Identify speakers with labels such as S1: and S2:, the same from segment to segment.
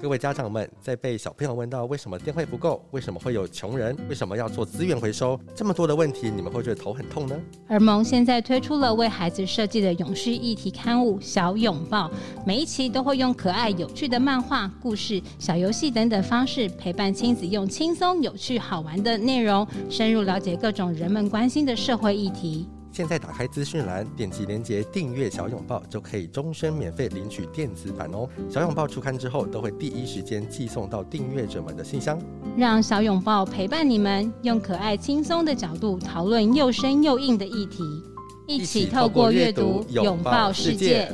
S1: 各位家长们，在被小朋友问到为什么电费不够，为什么会有穷人，为什么要做资源回收这么多的问题，你们会觉得头很痛呢？
S2: 而萌现在推出了为孩子设计的永续议题刊物《小拥抱》，每一期都会用可爱有趣的漫画、故事、小游戏等等方式，陪伴亲子用轻松、有趣、好玩的内容，深入了解各种人们关心的社会议题。
S1: 现在打开资讯栏，点击链接订阅小拥抱，就可以终身免费领取电子版哦。小拥抱出刊之后，都会第一时间寄送到订阅者们的信箱。
S2: 让小拥抱陪伴你们，用可爱轻松的角度讨论又深又硬的议题，一起透过阅读拥抱世界。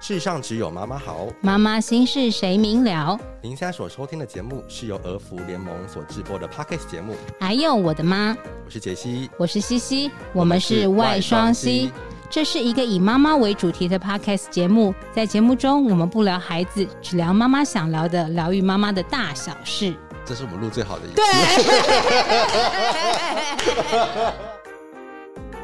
S1: 世上只有妈妈好。
S2: 妈妈心事谁明了？
S1: 您现在所收听的节目是由儿福联盟所制播的 Podcast 节目，
S2: 还有我的妈，
S1: 我是杰西。
S2: 我是西西，我们是外双西。这是一个以妈妈为主题的 podcast 节目，在节目中我们不聊孩子，只聊妈妈想聊的，疗愈妈妈的大小事。
S1: 这是我们录最好的一
S2: 对
S1: 次。，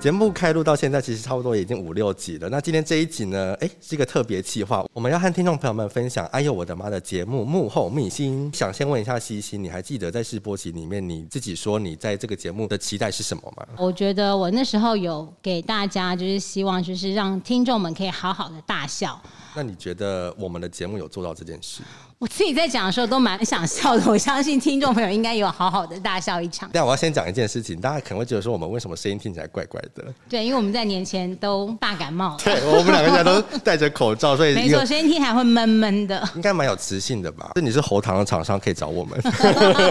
S1: 节目开录到现在，其实差不多已经五六集了。那今天这一集呢，哎，是一个特别企划，我们要和听众朋友们分享《哎呦我的妈》的节目幕后秘辛。想先问一下西西，你还记得在试播集里面你自己说你在这个节目的期待是什么吗？
S2: 我觉得我那时候有给大家，就是希望就是让听众们可以好好的大笑。
S1: 那你觉得我们的节目有做到这件事？
S2: 我自己在讲的时候都蛮想笑的，我相信听众朋友应该有好好的大笑一场。
S1: 但我要先讲一件事情，大家可能会觉得说我们为什么声音听起来怪怪的？
S2: 对，因为我们在年前都大感冒 了，
S1: 对，我们两个现在都戴着口罩，所以
S2: 没
S1: 一个
S2: 错，声音听起来会闷闷的。
S1: 应该蛮有磁性的吧？就你是喉糖的厂商，可以找我们，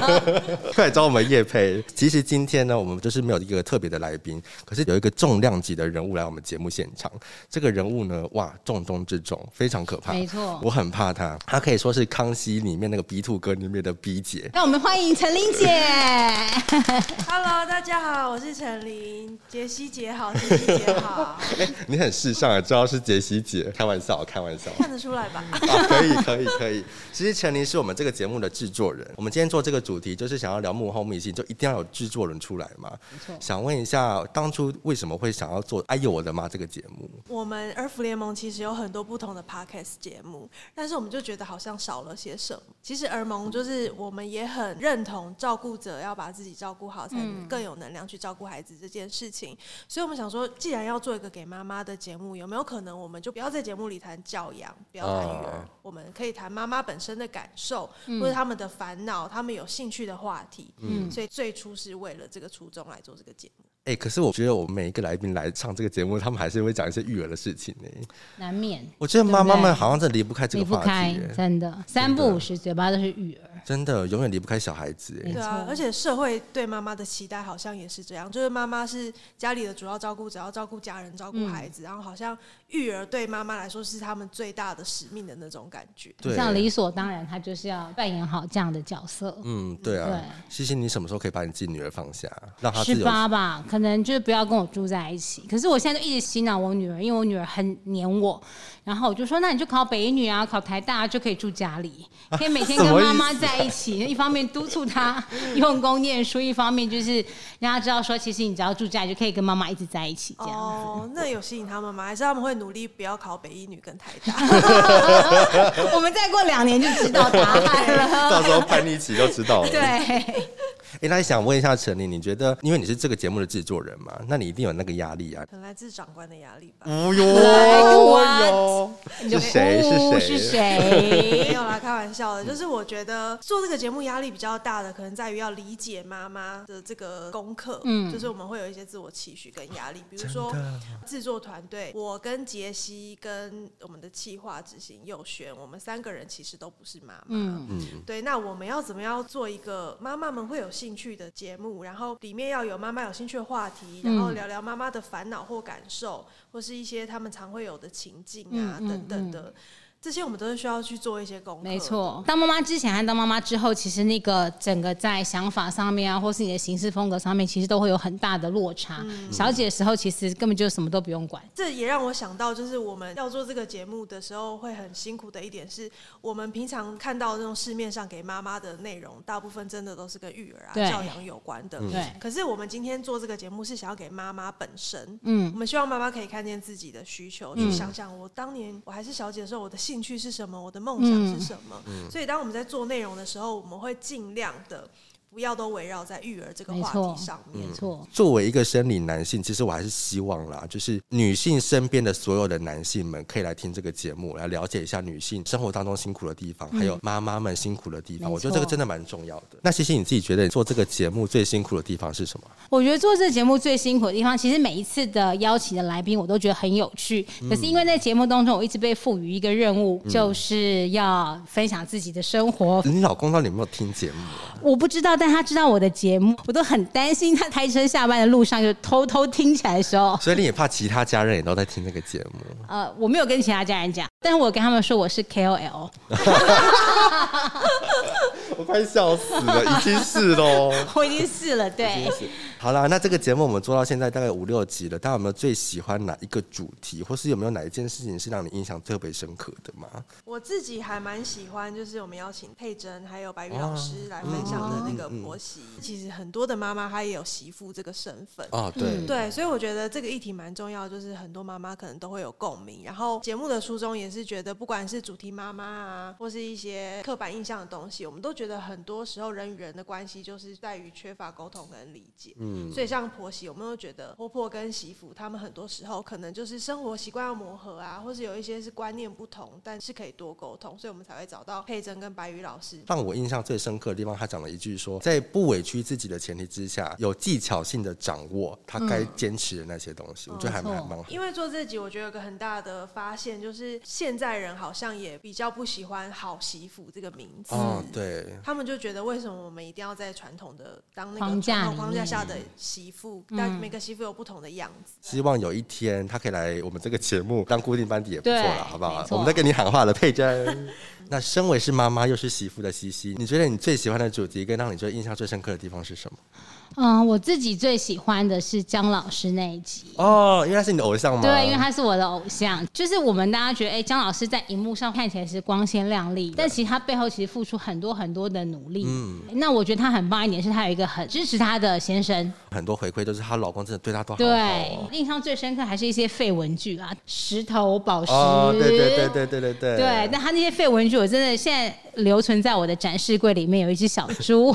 S1: 快来找我们叶配。其实今天呢，我们就是没有一个特别的来宾，可是有一个重量级的人物来我们节目现场。这个人物呢，哇，重中之重，非常可怕。
S2: 没错
S1: 我很怕他，他可以说是《康熙》里面那个 B two 哥里面的 B 姐。
S2: 让我们欢迎陈琳姐。
S3: Hello，大家好，我是陈琳，杰西姐好，杰西姐好，
S1: 哎、你很时尚啊，知道是杰西姐，开玩笑，开玩笑。
S3: 看得出来吧？
S1: 啊，可以可以可以。其实陈琳是我们这个节目的制作人，我们今天做这个主题就是想要聊幕后秘辛，就一定要有制作人出来嘛。想问一下，当初为什么会想要做《哎呦我的妈》这个节目？
S3: 我们儿福联盟其实有很多不同的 podcast 节目，但是我们就觉得好像少了些什么。其实儿盟就是我们也很认同照顾者要把自己照顾好，才能更有能量去照顾孩子这件事情。所以我们想说，既然要做一个给妈妈的节目，有没有可能我们就不要在节目里谈教养，不要谈育儿
S1: 啊，
S3: 我们可以谈妈妈本身的感受，或者他们的烦恼，他们有兴趣的话题。嗯，所以最初是为了这个初衷来做这个节目。
S1: 哎、可是我觉得我们每一个来宾来上这个节目，他们还是会讲一些育儿的事情呢、
S2: 难免
S1: 我觉得妈妈们好像真的离不开这
S2: 离
S1: 个
S2: 不
S1: 话题、
S2: 开
S1: 欸，，
S2: 真的三不五时嘴巴都是育儿。
S1: 真的永远离不开小孩子、欸。
S3: 对
S2: 没
S3: 啊
S2: 错，
S3: 而且社会对妈妈的期待好像也是这样，就是妈妈是家里的主要照顾者，要照顾家人、照顾孩子，然后好像育儿对妈妈来说是他们最大的使命的那种感觉。
S1: 对，
S2: 像理所当然，他就是要扮演好这样的角色，
S1: 嗯，对啊
S2: 对。
S1: 西西，你什么时候可以把你自己女儿放下，让她自
S2: 十
S1: 由？
S2: 八吧，可能就是不要跟我住在一起。可是我现在就一直洗脑我女儿，因为我女儿很黏我，然后我就说，那你就考北一女啊，考台大啊就可以住家里，可以每天跟
S1: 什么意思
S2: 妈妈在一起。一方面督 促她用功念书，一方面就是让她知道说，其实你只要住家里就可以跟妈妈一直在一起这样。
S3: 哦，那有吸引他们吗？还是他们会努力不要考北一女跟台 大？
S2: 我们再过两年就知道答案了。
S1: 到时候叛逆期就知道了。
S2: 对，
S1: 哎、那想问一下陈琳，你觉得，因为你是这个节目的制作人嘛，那你一定有那个压力啊？
S3: 可能来自长官的压力吧。
S1: 哦哟
S2: what？
S1: 是谁？
S2: 呜
S1: 是
S2: 哦是
S1: 谁？
S2: 谁？
S3: 没有啦，开玩笑的。就是我觉得做这个节目压力比较大的，可能在于要理解妈妈的这个功课。嗯，就是我们会有一些自我期许跟压力，比如说
S1: 真的
S3: 制作团队，我跟杰西跟我们的企划执行佑轩，我们三个人其实都不是妈妈。
S2: 嗯
S1: 嗯，
S3: 对，那我们要怎么样做一个妈妈们会有兴趣的节目？然后里面要有妈妈有兴趣的话题，然后
S2: 嗯
S3: 聊聊妈妈的烦恼或感受，或是一些他们常会有的情境啊、
S2: 嗯嗯
S3: 等等的。这些我们都是需要去做一些功课。
S2: 没，错，当妈妈之前和当妈妈之后，其实那个整个在想法上面啊，或是你的行事风格上面，其实都会有很大的落差。
S1: 嗯
S2: 小姐的时候，其实根本就什么都不用管。
S3: 这也让我想到，就是我们要做这个节目的时候，会很辛苦的一点是，我们平常看到这种市面上给妈妈的内容，大部分真的都是跟育儿啊、
S2: 对
S3: 教养有关的。
S2: 对，
S3: 可是我们今天做这个节目是想要给妈妈本身，
S2: 嗯
S3: 我们希望妈妈可以看见自己的需求，去想想我当年我还是小姐的时候，我的兴趣是什么，我的梦想是什么。
S2: 嗯
S3: 所以当我们在做内容的时候，我们会尽量的不要都围绕在育儿这个
S2: 没
S3: 话
S2: 错
S3: 题上面
S1: 嗯
S2: 没。错，
S1: 作为一个生理男性，其实我还是希望啦，就是女性身边的所有的男性们可以来听这个节目，来了解一下女性生活当中辛苦的地方，还有妈妈们辛苦的地
S2: 嗯没
S1: 方。
S2: 错
S1: 我觉得这个真的蛮重要的。那西西你自己觉得你做这个节目最辛苦的地方是什么？
S2: 我觉得做这个节目最辛苦的地方，其实每一次的邀请的来宾，我都觉得很有趣。
S1: 嗯
S2: 可是因为在节目当中，我一直被赋予一个任务，就是要分享自己的生活。
S1: 你老公到底有没有听节目啊？
S2: 我不知道，但他知道我的节目，我都很担心他开车下班的路上就偷偷听起来的时候，
S1: 所以你也怕其他家人也都在听这个节目？
S2: 呃，我没有跟其他家人讲，但是我跟他们说我是 KOL。
S1: 我快笑死了，已经是喽。
S2: 我已经试了，对，
S1: 好啦，那这个节目我们做到现在大概五六集了，大家有没有最喜欢哪一个主题，或是有没有哪一件事情是让你印象特别深刻的吗？
S3: 我自己还蛮喜欢，就是我们邀请佩珍还有白玉老师来分享的那个婆媳。其实很多的妈妈她也有媳妇这个身份。
S1: 哦，对，
S2: 嗯
S3: 对，所以我觉得这个议题蛮重要，就是很多妈妈可能都会有共鸣。然后节目的初衷也是觉得，不管是主题妈妈啊，或是一些刻板印象的东西，我们都觉得很多时候人与人的关系就是在于缺乏沟通跟理解。嗯，所以像婆媳，我们都觉得婆婆跟媳妇他们很多时候可能就是生活习惯要磨合啊，或是有一些是观念不同，但是可以多沟通，所以我们才会找到佩珍跟白宇老师。
S1: 让我印象最深刻的地方，他讲了一句说，在不委屈自己的前提之下，有技巧性的掌握他该坚持的那些东西，我觉得还蛮
S2: 哦没
S1: 蛮
S2: 错
S1: 好。
S3: 因为做这集，我觉得有个很大的发现，就是现在人好像也比较不喜欢“好媳妇”这个名字。
S1: 哦，对，
S3: 他们就觉得，为什么我们一定要在传统的当那个
S2: 框架
S3: 传
S2: 里
S3: 统框架
S2: 面嗯
S3: 下的媳妇？但每个媳妇有不同的样子。
S1: 希望有一天他可以来我们这个节目当固定班底也不错
S2: 对
S1: 啦，好不好
S2: 没？错
S1: 我们在跟你喊话了，佩珍。那身为是妈妈又是媳妇的西西，你觉得你最喜欢的主题跟让你最印象最深刻的地方是什么？
S2: 嗯，我自己最喜欢的是姜老师那一集。
S1: 哦，因为他是你的偶像吗？
S2: 对，因为他是我的偶像，就是我们大家觉得，哎、姜老师在荧幕上看起来是光鲜亮丽，但其实他背后其实付出很多很多的努力。
S1: 嗯
S2: 那我觉得他很棒一点是，他有一个很支持他的先生。
S1: 很多回馈都是她老公真的对她都好好
S2: 对
S1: 哦。，
S2: 印象最深刻还是一些废文具啊，石头、宝石。
S1: 哦，对对对对对对对。
S2: 对，那他那些废文具，我真的现在留存在我的展示柜里面，有一只小猪。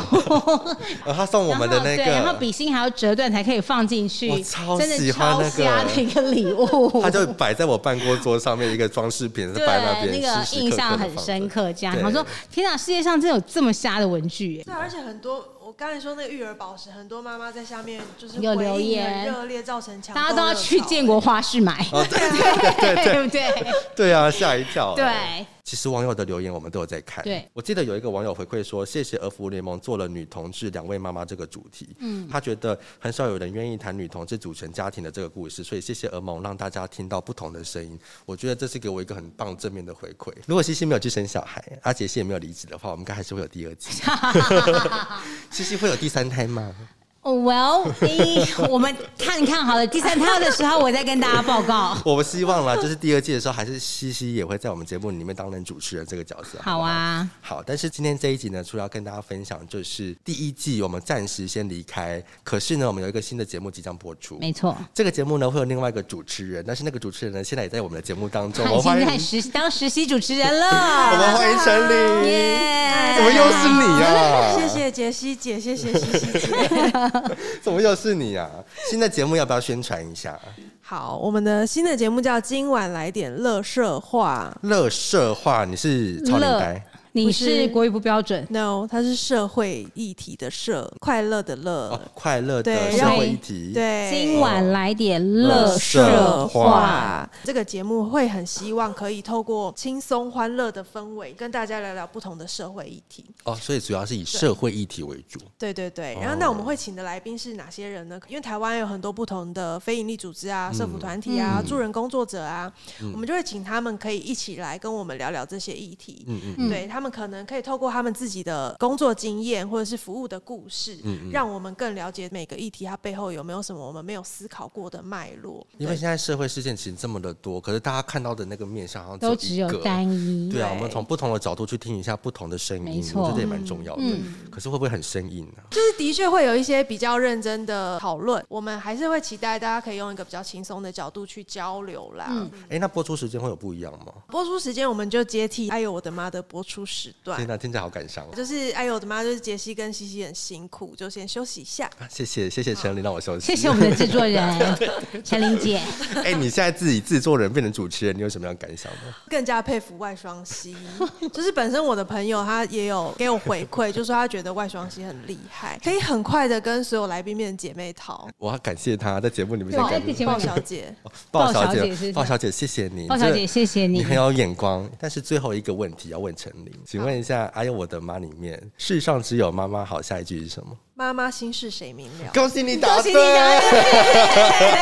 S1: 呃，他 送我们的那
S2: 然后对，然后
S1: 个，
S2: 笔芯还要折断才可以放进去，
S1: 我超
S2: 真的
S1: 喜欢
S2: 超
S1: 那个
S2: 瞎的一个礼物。
S1: 他就摆在我办公桌上面一个装饰品，是
S2: 对
S1: 摆那边，
S2: 那个
S1: 时时刻刻地
S2: 印象很
S1: 放着
S2: 深。刻，这样
S1: 对
S2: 我说天哪，世界上真有这么瞎的文具耶！
S1: 啊
S3: 对，而且很多我刚才说那个育儿宝石，很多妈妈在下面就是
S2: 有
S3: 回
S2: 留
S3: 应
S2: 言
S3: 很热烈，造成强
S2: 大家
S3: 购
S2: 都要
S3: 热
S2: 去
S3: 潮
S2: 建国花市买，
S1: 哦
S2: 对 对对
S1: 对啊，吓一跳。
S2: 对，
S1: 其实网友的留言我们都有在看。
S2: 对，
S1: 我记得有一个网友回馈说，谢谢儿福联盟做了女同志两位妈妈这个主题。嗯，他觉得很少有人愿意谈女同志组成家庭的这个故事，所以谢谢儿盟让大家听到不同的声音。我觉得这是给我一个很棒正面的回馈。如果西西没有去生小孩，阿杰西也没有离职的话，我们应该还是会有第二季。西西会有第三胎吗？
S2: 哦 Well，一我们看看好了，第三套的时候我再跟大家报告。
S1: 我们希望啦，就是第二季的时候，还是西西也会在我们节目里面担任主持人这个角色。
S2: 好
S1: 不好
S2: 啊，
S1: 好，但是今天这一集呢，除了要跟大家分享，就是第一季我们暂时先离开，可是呢，我们有一个新的节目即将播出。
S2: 没错。
S1: 这个节目呢会有另外一个主持人，但是那个主持人呢 现在也在我们的节目当中。
S2: 他
S1: 我们
S2: 已
S1: 欢
S2: 经
S1: 迎
S2: 在，实当实习主持 人
S1: 我们
S2: 了，哎
S1: 欢迎陈琳。
S2: 耶！
S1: 怎么又是你啊呀、
S3: 谢谢杰西姐，谢谢西西 姐。
S1: 怎么又是你呀、新的节目要不要宣传一下？
S3: 好，我们的新的节目叫《今晚来点乐社话》。
S1: 乐社化，你是超龄呆
S2: 乐你
S3: 不
S2: 是
S3: 是
S2: 国语不标准，
S3: No，它是社会议题的社，快乐的乐，
S1: 哦，快乐的
S3: 对
S1: 社
S2: 让
S1: 会议题，，
S3: 对，
S2: 今晚来点乐
S1: 色
S2: 色话。
S1: 话
S3: 这个节目会很希望可以透过轻松欢乐的氛围，跟大家聊聊不同的社会议题。
S1: 哦，所以主要是以社会议题为主。
S3: 对对对，
S1: 哦
S3: 然后那我们会请的来宾是哪些人呢？因为台湾有很多不同的非营利组织啊、
S1: 嗯
S3: 社福团体啊、助人工作者啊，我们就会请他们可以一起来跟我们聊聊这些议题。
S1: 嗯嗯，
S2: 嗯
S3: 对他们可能可以透过他们自己的工作经验或者是服务的故事，
S1: 嗯
S3: 让我们更了解每个议题它背后有没有什么我们没有思考过的脉络。
S1: 因为现在社会事件其实这么的多，可是大家看到的那个面向好像
S2: 都
S1: 只
S2: 只
S1: 一
S2: 有
S1: 个
S2: 单一。
S1: 对啊，我
S3: 对
S1: 们从不同的角度去听一下不同的声
S2: 没
S1: 音，
S2: 错嗯
S1: 我觉得也蛮重要的。可是会不会很生硬啊呢、
S3: 就是的确会有一些比较认真的讨论，我们还是会期待大家可以用一个比较轻松的角度去交流啦。
S2: 嗯
S1: 哎、那播出时间会有不一样吗？
S3: 播出时间我们就接替《哎呦我的妈》的播出时段
S1: 天。哪，听起来好感伤。啊
S3: 就是哎呦我的妈，就是杰西跟西西很辛苦，就先休息一下。
S1: 啊谢谢谢谢陈琳让我休息。
S2: 谢谢我们的制作人陈 琳姐，
S1: 哎、你现在自己制作人变成主持人，你有什么样的感想吗？
S3: 更加佩服外双溪， 就是本身我的朋友他也有给我回馈，就说他觉得外双溪很厉害，可以很快的跟所有来宾变成姐妹淘。
S1: 我要感谢他在节目里面
S2: 对
S1: 先
S2: 我
S1: 感
S2: 在
S1: 谢
S2: 节目
S3: 鲍小姐，
S1: 啊哦鲍
S2: 小
S1: 小
S2: 姐
S1: 姐，
S2: 是
S1: 鲍小姐，谢谢你，
S2: 鲍小
S1: 这
S2: 姐，谢谢你
S1: 你。很有眼光，但是最后一个问题要问陈琳，请问一下，《哎呦我的妈》里面“世上只有妈妈好”，下一句是什么？
S3: 妈妈心事谁明了？
S1: 恭喜你答
S2: 恭喜你答
S1: 对！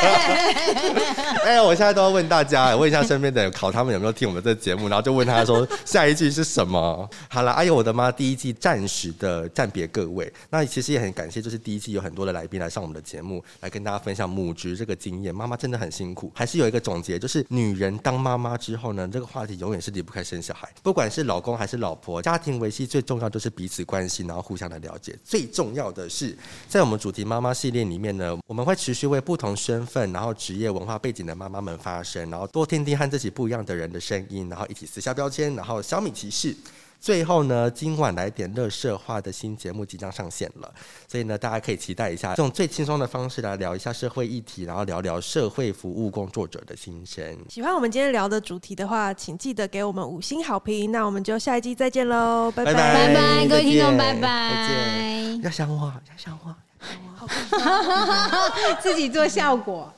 S1: 哎，我现在都要问大家，问一下身边的人，考他们有没有听我们这节目，然后就问他说下一句是什 么。好了，哎呦我的妈！第一季暂时的暂别各位，那其实也很感谢，就是第一季有很多的来宾来上我们的节目，来跟大家分享母职这个经验。妈妈真的很辛苦，还是有一个总结，就是女人当妈妈之后呢，这个话题永远是离不开生小孩，不管是老公还是老婆，家庭维系最重要就是彼此关心，然后互相的了解。最重要的是，在我们主题妈妈系列里面呢，我们会持续为不同身份、然后职业、文化背景的妈妈们发声，然后多听听和自己不一样的人的声音，然后一起撕下标签，然后消弭歧视。最后呢，今晚来点乐色化的新节目即将上线了，所以呢，大家可以期待一下，用最轻松的方式来聊一下社会议题，然后聊聊社会服务工作者的心声。
S3: 喜欢我们今天聊的主题的话，请记得给我们五星好评。那我们就下一季再见喽，拜
S1: 拜拜
S2: 拜拜，各位听众，
S1: 再
S2: 拜
S1: 见
S2: 拜，
S1: 要想我，要想我。
S2: 自己做效果。